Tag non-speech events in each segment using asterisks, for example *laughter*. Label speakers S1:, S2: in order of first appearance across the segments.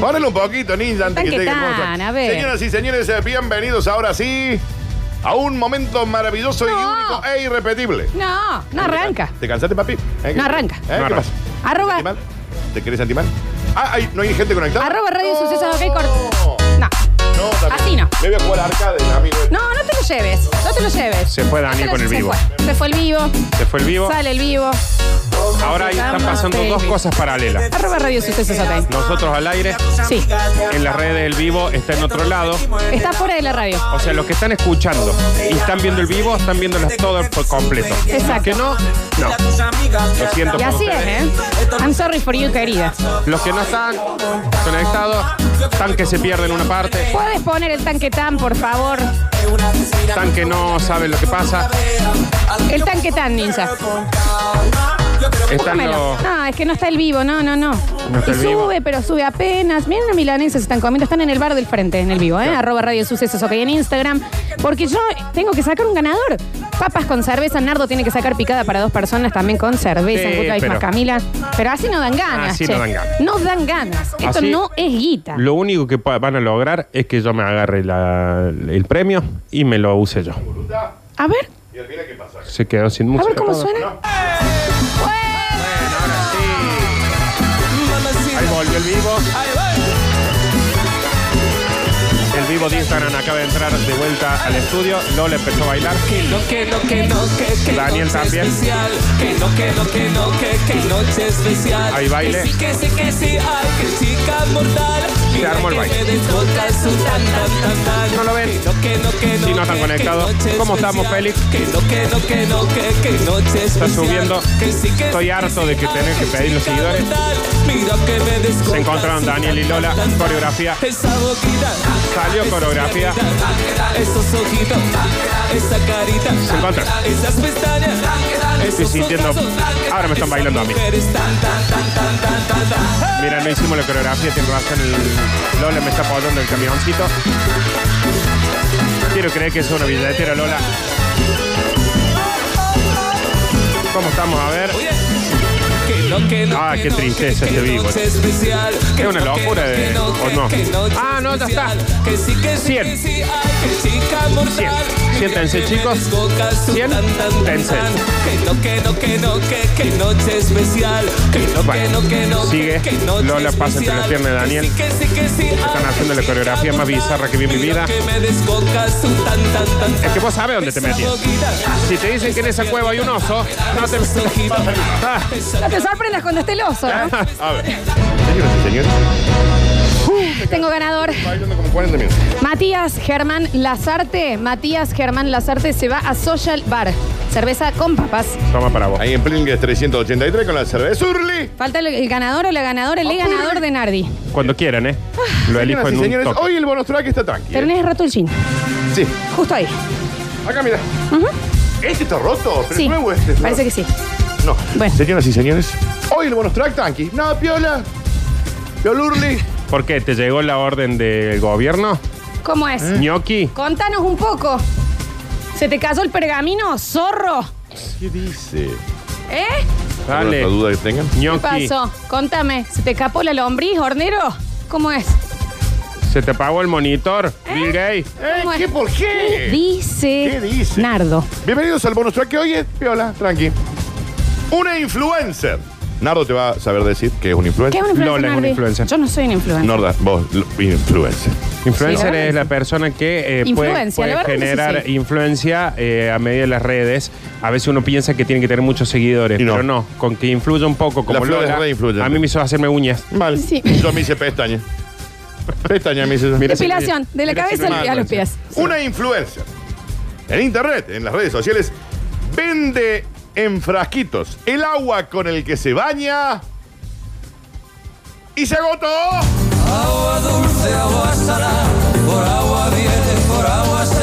S1: Ponle un poquito, ninja, antes
S2: Tan
S1: que
S2: que
S1: llegue el
S2: tan,
S1: monstruo.
S2: a ver.
S1: Señoras y señores, eh, bienvenidos ahora sí a un momento maravilloso y
S2: No.
S1: único e irrepetible.
S2: No, no arranca.
S1: ¿Te cansaste, papi? ¿Eh? ¿Qué-
S2: No arranca.
S1: ¿Eh?
S2: No
S1: ¿Qué
S2: arranca.
S1: pasa?
S2: Arroba-
S1: ¿Te sentís mal? ¿Te querés sentir mal? Ah, ay, ¿no hay gente conectada?
S2: Arroba Radio Sucesos, ok, corto.
S1: No.
S2: No.
S1: No, también.
S2: Así no.
S1: Me voy a jugar arcade, amigo.
S2: No, no te lo lleves. No te lo lleves.
S3: Se fue
S2: No
S3: Dani
S2: te lo-
S3: con el
S2: se
S3: vivo.
S2: fue. Se fue el vivo.
S3: Se fue el vivo.
S2: Sale el vivo.
S3: Ahora ahí están pasando dos cosas paralelas.
S2: Arroba Radio Sucesos OK.
S3: Nosotros al aire,
S2: Sí.
S3: en las redes del vivo, está en otro lado.
S2: Está fuera de la radio.
S3: O sea, los que están escuchando y están viendo el vivo, están viendo las- todo por completo.
S2: Exacto.
S3: Que no, no. Lo siento
S2: Y
S3: por
S2: así es,
S3: ustedes.
S2: ¿eh? I'm sorry for you, querida.
S3: Los que no están conectados, están que se pierden una parte,
S2: ¿Puedes poner el tanque tan, por favor?
S3: están que no saben lo que pasa,
S2: El tanque tan, ninja.
S3: están
S2: Póngamelo.
S3: los...
S2: No, es que no está el vivo, no, no, no.
S3: No está
S2: y
S3: el
S2: sube,
S3: vivo.
S2: pero sube apenas. Miren los milaneses están comiendo, están en el bar del frente, en el vivo, ¿eh? Arroba Radio Sucesos, ok, en Instagram. Porque yo tengo que sacar un ganador. Papas con cerveza, Nardo tiene que sacar picada para dos personas también con cerveza.
S3: Sí,
S2: en Good Life
S3: pero-
S2: más Camila. Pero así no dan ganas,
S3: Así
S2: che.
S3: no dan ganas.
S2: No dan ganas. Esto
S3: Así-
S2: no es guita.
S3: Lo único que pa- van a lograr es que yo me agarre la- el premio y me lo use yo.
S2: A ver,
S1: Y al final, ¿qué pasa?
S3: Se quedó sin
S2: a
S3: música.
S2: ver cómo suena.
S3: Ahí volvió el vivo. El vivo de Instagram acaba de entrar de vuelta al estudio. Lola empezó a bailar.
S4: Que no, que no, que no, que, que
S3: Daniel
S4: noche
S3: también.
S4: especial. Que no, que no, que no, que, que noche especial.
S3: Hay baile.
S4: Que sí, que sí, que sí, ay, que chica mortal. Mira
S3: armó el
S4: que
S3: baile.
S4: me desboca su tan, tan, tan, tan.
S3: No lo ven.
S4: Que no, que no, que no,
S3: Sí, no están
S4: que-
S3: conectados.
S4: que noche
S3: ¿Cómo estamos,
S4: especial.
S3: Félix?
S4: Que no, que no, que no, que, que noche especial.
S3: subiendo.
S4: Que sí, que
S3: Estoy
S4: sí,
S3: harto
S4: sí,
S3: de que
S4: ay,
S3: tenés que pedir los
S4: chica
S3: seguidores.
S4: mortal. Mira que me desboca
S3: Se encontraron
S4: su
S3: Daniel y
S4: tan,
S3: Lola.
S4: tan, tan.
S3: Coreografía.
S4: Esa boquita.
S3: Salió
S4: esa
S3: coreografía.
S4: piernita, Esos ojitos. Esa carita.
S3: Se encuentran.
S4: Esas pestañas.
S3: Estoy
S4: esos
S3: sintiendo-
S4: ojazos,
S3: ahora me están bailando a mí.
S4: esas mujeres, tan, tan, tan, tan, tan, tan, tan.
S3: Mira, no hicimos la coreografía, tiene razón. El Lola me está apoyando el camioncito. Quiero creer que es una billetera, Lola. ¿Cómo estamos? A ver.
S4: Oye, que no, que no,
S3: Ah,
S4: que
S3: qué
S4: no,
S3: tristeza
S4: que-
S3: este
S4: que
S3: vivo.
S4: noche especial, que
S3: Es una
S4: no, que
S3: locura
S4: no,
S3: de-
S4: que no,
S3: ¿o
S4: que-
S3: no?
S4: que noche
S3: Ah, no, ya está.
S4: especial, Que sí, que sí,
S3: Cien.
S4: que sí, ay, que chica mortal.
S3: Cien.
S4: Mira
S3: Siéntense,
S4: que me
S3: chicos.
S4: desboca su
S3: Cien.
S4: tan, tan, tan,
S3: Tense.
S4: tan. Que no, que no, que no, que, que noche especial. Que no, que
S3: Bueno,
S4: no, que no, que-
S3: sigue.
S4: que noche
S3: Lola pasa entre las
S4: especial.
S3: piernas de
S4: Que
S3: Daniel.
S4: sí, que sí, que sí,
S3: Están
S4: ay,
S3: haciendo la
S4: que
S3: coreografía
S4: chica
S3: más
S4: mortal.
S3: bizarra que vi en mi vida.
S4: Mira que me desboca su tan, tan, tan,
S3: Es que
S4: tan.
S3: vos sabés dónde te
S4: Esa
S3: metís.
S4: boquita,
S3: Si te dicen que en esa cueva hay un oso, no te
S4: esos
S3: *laughs*
S4: ojitos.
S3: Ah,
S2: No te sorprendas cuando esté el oso,
S3: *laughs*
S2: ¿no?
S1: A ver. Señoras y señores,
S2: Tengo ganador.
S1: bailando como 40 minutos.
S2: Matías Germán Lazarte. Matías Germán Lazarte se va a Social Bar. Cerveza con papas.
S3: Toma para vos.
S1: Ahí en Pringles 383 con la cerveza Urli.
S2: Falta el, el ganador o la ganadora, el ganador de Nardi.
S3: Cuando quieran, ¿eh? Lo elijo
S1: Señoras y
S3: en un
S1: señores,
S3: toque.
S1: hoy el bonus track está tranqui. ¿eh?
S2: Tenés roto el jean.
S1: Sí.
S2: Justo ahí.
S1: Acá, mira. ¿Este está roto? Pero
S2: Sí.
S1: es nuevo este.
S2: Parece que sí.
S1: No.
S2: Bueno.
S1: Señoras y señores, hoy el bonus track tranqui. Nada, piola. Piola Urli.
S3: ¿Por qué? ¿Te llegó la orden del gobierno?
S2: ¿Cómo
S1: Mm.
S2: es?
S3: ¿Ñoqui?
S2: Contanos un poco. ¿Se te cayó el pergamino, zorro?
S1: ¿Qué dice?
S2: ¿Eh?
S3: Dale.
S1: ¿Alguna duda que tengan?
S2: ¿Qué
S3: ¿Ñoqui?
S2: pasó? Contame. ¿Se te escapó la lombriz, hornero? ¿Cómo es?
S3: ¿Se te pagó el monitor? Bill Gates.
S1: Eh,
S2: ¿Cómo es?
S1: ¿Qué por qué?
S2: Dice,
S1: Eh, ¿Qué dice?
S2: Nardo.
S1: Bienvenidos al bonus track que hoy es piola, tranqui. Una influencer. Nardo te va a saber decir que es un
S2: ¿Qué
S1: influencer.
S2: es un influencer,
S3: Lola es un
S2: Nardi?
S3: influencer.
S2: Yo no soy un influencer.
S1: Norda, vos, lo- influencer.
S3: Influencer
S2: Sí,
S3: es la persona que eh, puede-
S2: Influencia,
S3: puede,
S2: la verdad que sí,
S3: generar
S2: sí.
S3: influencia eh, a medio de las redes. A veces uno piensa que tiene que tener muchos seguidores,
S1: Y no.
S3: pero no. Con que influya un poco, como
S1: La flor es
S3: Lola,
S1: re influyente.
S3: a mí me hizo hacerme uñas.
S1: Mal.
S2: Sí.
S1: Yo me hice pestaña. Pestaña me hice.
S3: Mira,
S2: Depilación, de la
S3: Mira,
S2: cabeza
S3: sí, no
S2: al-
S3: es
S2: a los pies.
S3: influencer.
S1: Una influencer en internet, en las redes sociales, vende en frasquitos el agua con el que se baña y se agotó.
S4: Agua dulce, agua salada, por agua viene, por agua se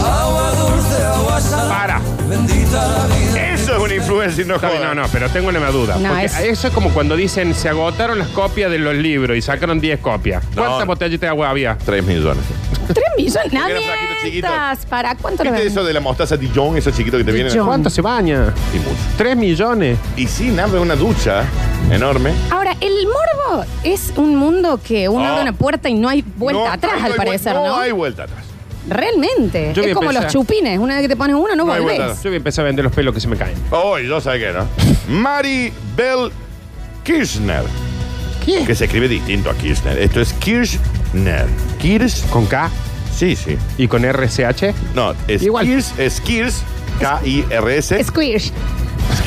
S4: va. Agua dulce, agua salada,
S3: Para.
S4: bendita la vida.
S1: Eso es una influencer, no
S3: Está bien,
S1: jodan.
S3: no, no, pero tengo una duda.
S2: No,
S3: porque
S2: es-
S3: Eso es como cuando dicen se agotaron las copias de los libros y sacaron 10 copias. ¿Cuántas
S1: no.
S3: botellitas de agua había?
S1: Tres millones.
S2: ¿Tres millones?
S1: Era
S2: Nadie.
S1: un frasquito chiquito.
S2: Estas, ¿Para cuánto lo
S1: ¿Viste
S2: venden?
S1: eso de la mostaza Dijon, esos chiquitos que te vienen?
S2: Dijon.
S3: ¿Cuánto se baña?
S1: Y mucho.
S3: ¿Tres millones?
S1: Y sí, nada, una ducha enorme.
S2: Ahora, el morbo es un mundo que uno
S1: No.
S2: abre una puerta y no hay vuelta
S1: Oh. No,
S2: atrás,
S1: no hay
S2: al
S1: vuel-
S2: parecer, ¿no?
S1: No hay vuelta atrás.
S2: Realmente.
S3: Yo voy
S2: es
S3: a
S2: como
S3: empezar.
S2: los chupines. Una vez que te pones uno, no,
S1: No hay
S2: volvés.
S1: vuelta atrás.
S3: Yo voy a empezar a vender los pelos que se me caen.
S1: Oh, yo sé que no. Mary Bell Kirchner.
S3: ¿Qué?
S1: Que se escribe distinto a Kirchner. Esto es Kirchner. Kirch.
S3: ¿Con K?
S1: Sí, sí.
S3: ¿Y con RCH?
S1: No, es
S3: Igual.
S1: Kirch. Es Kirch. K-I-R-S.
S2: Squish.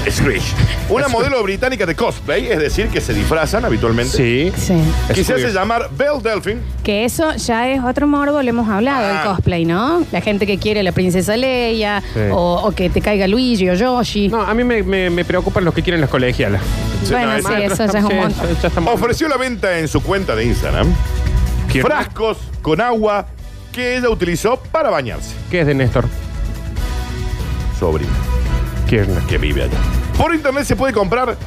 S1: Squish. Una modelo británica de cosplay, es decir, que se disfrazan habitualmente.
S3: Sí.
S2: Sí.
S1: Quizás
S3: Squish.
S1: se llamar Belle Delphine.
S2: Que eso ya es otro morbo, lo hemos hablado,
S1: Ah.
S2: el cosplay, ¿no? La gente que quiere la princesa Leia,
S3: Sí.
S2: o, o que te caiga Luigi o Yoshi.
S3: No, a mí me, me, me preocupan los que quieren las colegialas.
S2: bueno,
S1: no,
S2: sí, eso ya es un montón.
S3: Ya estamos-
S1: Ofreció la venta en su cuenta de Instagram
S3: ¿Quién?
S1: frascos con agua que ella utilizó para bañarse.
S3: ¿Qué es de Néstor?
S1: Sobrina,
S3: Kirchner.
S1: que vive allá. Por internet se puede comprar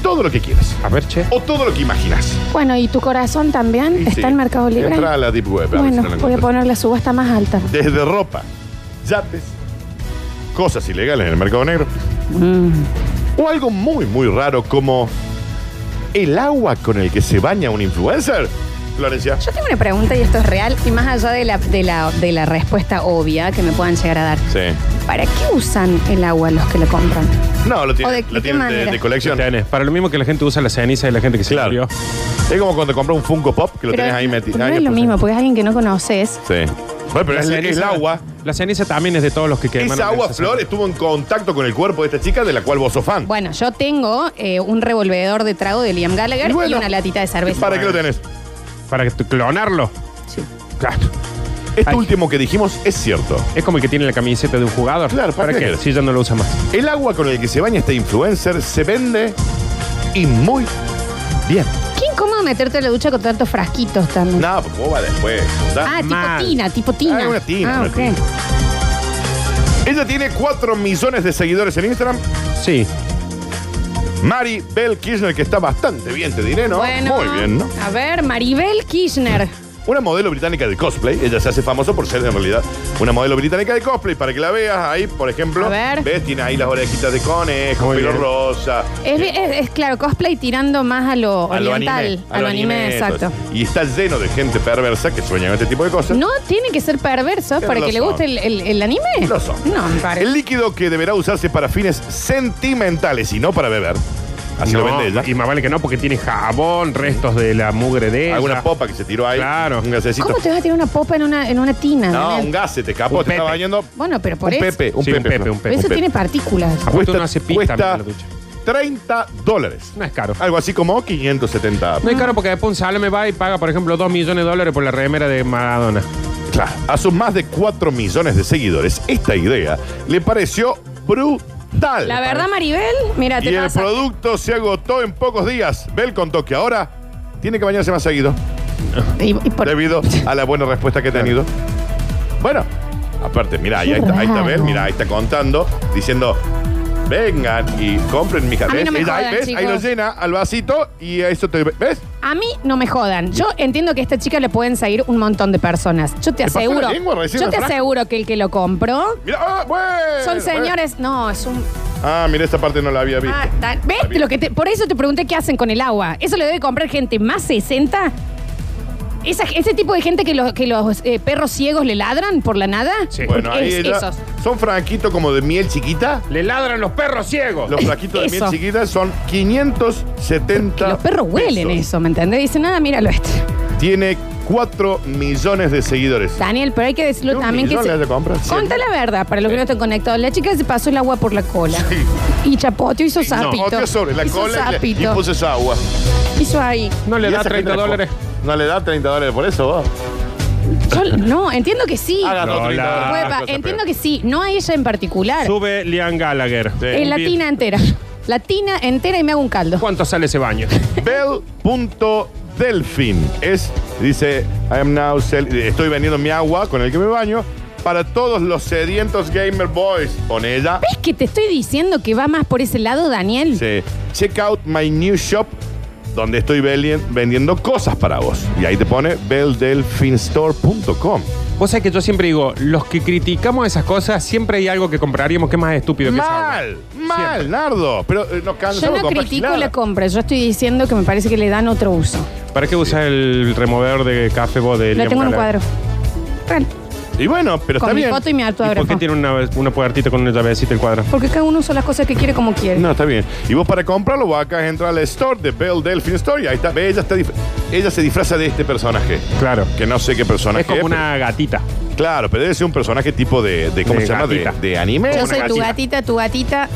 S1: todo lo que quieras
S3: A ver, che.
S1: o todo lo que imaginas.
S2: Bueno, ¿y tu corazón también
S1: Y
S2: está
S1: sí,
S2: en Mercado Libre?
S1: Entra a la Deep Web. a ver si
S2: bueno,
S1: no la
S2: voy a
S1: encuentras.
S2: poner la subasta más alta.
S1: Desde ropa, yates, cosas ilegales en el mercado negro.
S2: Mm.
S1: O algo muy, muy raro como el agua con el que se baña un influencer. Florencia.
S2: Yo tengo una pregunta y esto es real, y más allá de la, de la, de la respuesta obvia que me puedan llegar a dar.
S1: Sí.
S2: ¿Para qué usan el agua los que lo compran?
S1: No,
S2: ¿O de
S1: lo tiene,
S2: qué
S1: lo tiene de,
S2: manera?
S1: de colección.
S3: Tenés, Para lo mismo que la gente usa la ceniza de la gente que se
S1: Claro.
S3: murió.
S1: Es como cuando compras un Funko Pop que lo tenés ahí metido.
S2: No es lo mismo, porque es alguien que no conoces.
S1: Sí. Bueno, pero
S3: La
S1: es, es
S3: ceniza-
S1: el agua.
S3: La ceniza también es de todos los que queman.
S1: Esa agua flor estuvo en contacto con el cuerpo de esta chica de la cual vos sos fan.
S2: Bueno, yo tengo eh, un revolvedor de trago de Liam Gallagher y,
S1: Y bueno,
S2: una latita de cerveza.
S1: ¿Para qué lo tenés?
S3: Para que- clonarlo.
S2: Sí.
S3: Claro.
S1: Esto
S3: Ay.
S1: último que dijimos es cierto.
S3: Es como el que tiene la camiseta de un jugador.
S1: Claro, ¿para
S3: ¿para,
S1: qué?
S3: qué? Si ya no lo usa más.
S1: El agua con el que se baña este influencer se vende y muy bien.
S2: Qué incómodo meterte en la ducha con tantos frasquitos también.
S1: No, porque vos vas después. ¿verdad?
S2: Mm. ah,
S3: mal.
S2: tipo tina, tipo tina.
S1: Ah, una tina,
S2: Ah,
S1: una
S2: ok.
S1: tina. Ella tiene 4 millones de seguidores en Instagram.
S3: Sí.
S1: Mari Bell Kirchner, que está bastante bien, te diré, ¿no?
S2: Bueno,
S1: Muy bien, ¿no?
S2: A ver, Maribel Kirchner.
S1: Una modelo británica de cosplay. Ella se hace famosa por ser en realidad una modelo británica de cosplay. Para que la veas ahí, por ejemplo,
S2: A ver.
S1: ves, tiene ahí las orejitas de conejo,
S3: Muy
S1: pelo
S3: bien.
S1: rosa.
S2: Es, es- es, claro, cosplay tirando más a lo
S1: a lo
S2: oriental,
S1: anime,
S2: a lo anime, exacto.
S1: entonces. Y está lleno de gente perversa que sueña con este tipo de cosas.
S2: No tiene que ser perverso
S1: Pero
S2: para
S1: lo
S2: que le
S1: son.
S2: guste el, el- el anime.
S1: Lo son.
S2: No, me parece.
S1: El líquido que deberá usarse para fines sentimentales y no para beber. Así lo
S3: No,
S1: vende ella.
S3: Y más vale que no, porque tiene jabón, restos de la mugre de ella.
S1: Alguna popa que se tiró ahí.
S3: Claro.
S1: Un gasecito.
S2: ¿Cómo te vas a tirar una popa en una, en una tina?
S1: No,
S2: Daniel?
S1: un gas se te escapó.
S3: Un
S1: Te estaba
S3: pepe.
S1: bañando.
S2: Bueno, pero por eso.
S1: Un pepe, un
S3: Sí,
S1: pepe.
S3: un pepe,
S1: Flor.
S3: un
S2: Pero
S3: pepe.
S2: eso
S1: pepe. Ah,
S2: tiene partículas.
S3: Aparte uno hace pis
S1: cuesta
S3: también en la ducha.
S1: 30 dólares.
S3: No es caro.
S1: Algo así como 570.
S3: No es caro porque después un sale me va y paga, por ejemplo, 2 millones de dólares por la remera de Maradona.
S1: Claro. A sus más de 4 millones de seguidores, esta idea le pareció brutal.
S2: La verdad, Maribel, mira,
S1: Y
S2: te
S1: el
S2: pasa.
S1: producto se agotó en pocos días. Bell contó que ahora tiene que bañarse más seguido
S2: Y- y por-
S1: debido a la buena respuesta que ha tenido. Bueno, aparte, mira, ahí,
S2: Qué
S1: está, ahí está
S2: raro.
S1: Bell, mira, ahí está contando, diciendo, vengan y compren mi
S2: mí
S1: ¿Ves?
S2: no me
S1: Ella ahí,
S2: jodan,
S1: ¿ves? ahí lo
S2: chicos.
S1: llena al vasito y a eso te... ¿Ves?
S2: A mí no me jodan. Yo entiendo que a esta chica le pueden seguir un montón de personas. Yo te
S1: pasó la
S2: aseguro.
S1: lengua recién
S2: Yo
S1: la
S2: te
S1: frase.
S2: aseguro que el que lo compró
S1: Mira, ah, bueno,
S2: son
S1: bueno.
S2: señores. No, es un.
S1: Ah, mira, esta parte no la había visto.
S2: Ah, da- ¿Ves?
S1: Está
S2: Lo que te- por eso te pregunté qué hacen con el agua. ¿Eso le debe comprar gente más 60? Esa- ese tipo de gente que, los- que los eh, perros ciegos le ladran por la nada.
S3: Sí.
S1: Bueno, ahí
S2: Es-
S1: ella-
S2: esos.
S1: son franquitos como de miel chiquita.
S3: Le ladran los perros ciegos.
S1: Los franquitos de miel
S2: Eso.
S1: chiquita son 570
S2: Los perros huelen
S1: pesos.
S2: eso, ¿me entendés? Dicen, nada, míralo este.
S1: Tiene 4 millones de seguidores.
S2: Daniel, pero hay que decirlo
S1: ¿Qué un
S2: también que.
S1: millón
S2: se-
S1: le haya comprado? Sí.
S2: Conta la verdad, para los que no están conectados. La chica se pasó el agua por la cola. Y chapoteó, hizo sapito.
S1: Oteó sobre la
S2: hizo
S1: cola y le- y,
S2: sapito.
S1: puso esa agua.
S2: Hizo ahí.
S3: No le
S1: ¿Y
S3: da
S1: esa
S3: 30
S1: gente la co-
S3: dólares.
S1: No le da 30 dólares por eso, vos.
S2: Yo- no, entiendo que sí.
S1: Haga dos
S3: Lola.
S1: 30 dólares.
S2: Huepa,
S1: Cosa
S2: entiendo
S1: peor.
S2: que sí. No a ella en particular.
S3: Sube Liam Gallagher.
S2: En la tina entera. La tina entera y me hago un caldo.
S3: ¿Cuánto sale ese baño?
S1: Bell.delfin es, dice, I am now sell- estoy vendiendo mi agua con el que me baño para todos los sedientos gamer boys. Con ella.
S2: ¿Ves que te estoy diciendo que va más por ese lado, Daniel?
S1: Dice, check out my new shop donde estoy veli- vendiendo cosas para vos. Y ahí te pone belldelfinstore.com.
S3: Vos sabés que yo siempre digo, los que criticamos esas cosas, siempre hay algo que compraríamos que es más estúpido que esa agua.
S1: Mal, mal,
S3: Siempre.
S1: Nardo. Pero eh, nos
S2: Yo
S1: cansamos
S2: no
S1: con
S2: critico
S1: paginada.
S2: la compra, yo estoy diciendo que me parece que le dan otro uso.
S3: ¿Para qué usar el removedor de café vos de
S2: Lo
S3: Liam
S2: tengo en un
S3: Gallagher?
S2: cuadro. Real.
S1: Y bueno, pero
S2: Con
S1: está
S2: mi
S1: bien.
S2: foto y mi
S3: ¿Y por qué
S2: autógrafo.
S3: tiene una, una puertita con una llavecita el cuadro?
S2: Porque cada uno usa las cosas que quiere como quiere.
S1: No, está bien. Y vos para comprarlo, vos acá entrar al store de Belle Delphine Store y ahí está. Ve, Ella, está dif- ella se disfraza de este personaje.
S3: Claro.
S1: Que no sé qué
S3: Es
S1: personaje
S3: como una gatita.
S1: pero- claro, pero debe ser un personaje tipo de. de- ¿Cómo
S3: De
S1: se llama? De,
S3: gatita.
S1: de anime.
S2: Yo
S1: Una
S2: soy tu gatita, tu gatita,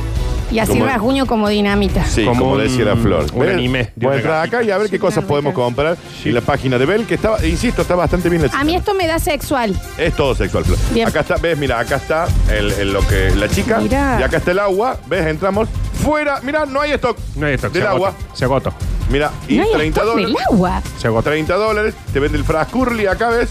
S2: y así
S1: Como-
S2: rasguño como dinamita.
S1: Sí, como,
S3: Como un-
S1: decía la Flor.
S3: un
S1: ¿Ves?
S3: anime de
S1: Vos
S3: una
S1: entras
S3: gatita.
S1: acá y a ver qué
S2: Sí,
S1: cosas
S2: una
S1: podemos
S2: gatita.
S1: comprar. Y la página de Bell, que estaba, insisto, está bastante bien la
S2: A mí esto me da sexual.
S1: Es todo sexual. Flor.
S2: Bien.
S1: Acá está, ves, mira, acá está el, el- lo que la chica.
S2: Mirá.
S1: Y acá está el agua. Ves, entramos. Fuera, mira, no hay stock.
S3: No hay esto.
S1: Del
S3: se
S1: agua.
S3: agotó, Se agotó.
S1: Mira, y
S2: no hay
S1: 30
S2: stock
S1: dólares.
S2: del agua.
S3: Se agotó.
S1: 30 dólares, te vende el frascurli acá, ves.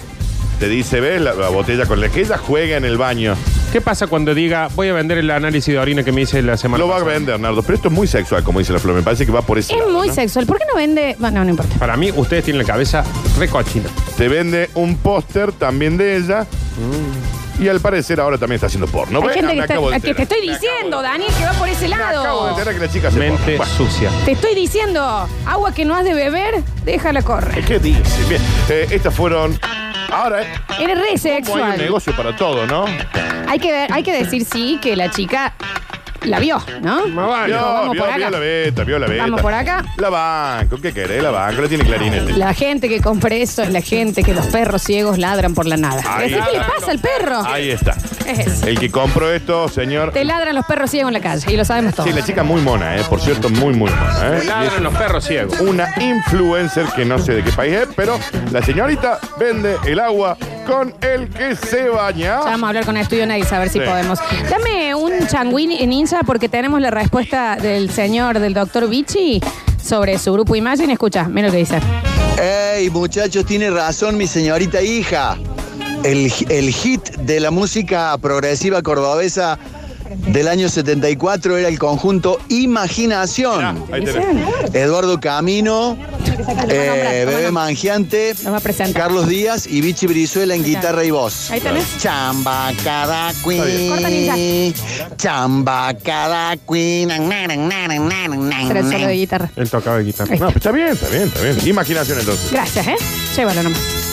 S1: Te dice, ves, la, la botella con la que ella juega en el baño.
S3: ¿Qué pasa cuando diga, voy a vender el análisis de orina que me hice la semana
S1: Lo va a
S3: pasada?
S1: vender, Nardo. Pero esto es muy sexual, como dice la flor. Me parece que va por ese
S2: Es
S1: lado,
S2: muy
S1: ¿no?
S2: sexual. ¿Por qué no vende? Bueno, no importa.
S3: Para mí, ustedes tienen la cabeza recochina.
S1: Te vende un póster también de ella.
S3: Mm.
S1: Y al parecer ahora también está haciendo porno.
S2: Hay
S1: Ven,
S2: gente
S1: me
S2: que, está-
S1: acabo de
S2: que te
S1: enterar.
S2: estoy diciendo, Daniel, que va por ese
S1: Me acabo de
S2: lado.
S1: enterar que la chica se
S3: Mente sucia.
S2: Te estoy diciendo, agua que no has de beber, déjala correr.
S1: ¿Qué dice? Bien. eh, estas fueron. Ahora, eh,
S2: Eres re
S1: como hay un
S2: sexual.
S1: negocio para todo, ¿no?
S2: Hay que, ver- hay que decir sí que la chica la vio, ¿no?
S3: Más vale.
S1: Vio,
S2: vamos
S1: vio,
S2: por acá.
S1: vio la beta, vio la beta.
S2: Vamos por acá.
S1: La banco, ¿qué querés? La banco, la tiene este. clarinete.
S2: La gente que compra eso es la gente que los perros ciegos ladran por la nada.
S1: Ahí
S2: Decí,
S1: está.
S2: ¿Qué le pasa al perro?
S1: Ahí está.
S2: Es eso.
S1: El que compró esto, señor.
S2: Te ladran los perros ciegos en la calle y lo sabemos todos.
S1: Sí, la chica muy mona, ¿eh? Por cierto, muy, muy mona, ¿eh? Y
S3: Ladran los perros ciegos.
S1: es una influencer que no sé de qué país es, pero la señorita vende el agua con el que se baña.
S2: Ya vamos a hablar con el estudio Nights a ver si
S1: Sí.
S2: podemos. Dame un changuín en ninja porque tenemos la respuesta del señor, del doctor Vichy, sobre su grupo Imagen. Escucha, mira lo que dice.
S5: Ey, muchachos, tiene razón mi señorita hija. El, el hit de la música progresiva cordobesa del año 74 era el conjunto
S1: Ah,
S5: Imaginación.
S1: ahí tenés.
S2: Dicen,
S5: Eduardo Camino, eh, Bebé Mangiante,
S2: Lo va a presentar.
S5: Carlos Díaz y Vichy Brizuela en guitarra y voz.
S2: Ahí tenés.
S5: Chamba cada
S2: Corta,
S5: queen. Chamba cada queen.
S2: Será el solo de guitarra.
S3: Él tocaba de guitarra.
S2: Ahí
S1: No,
S2: está.
S1: está bien, está bien, está bien. Imaginación entonces.
S2: Gracias, ¿eh? Llévalo nomás.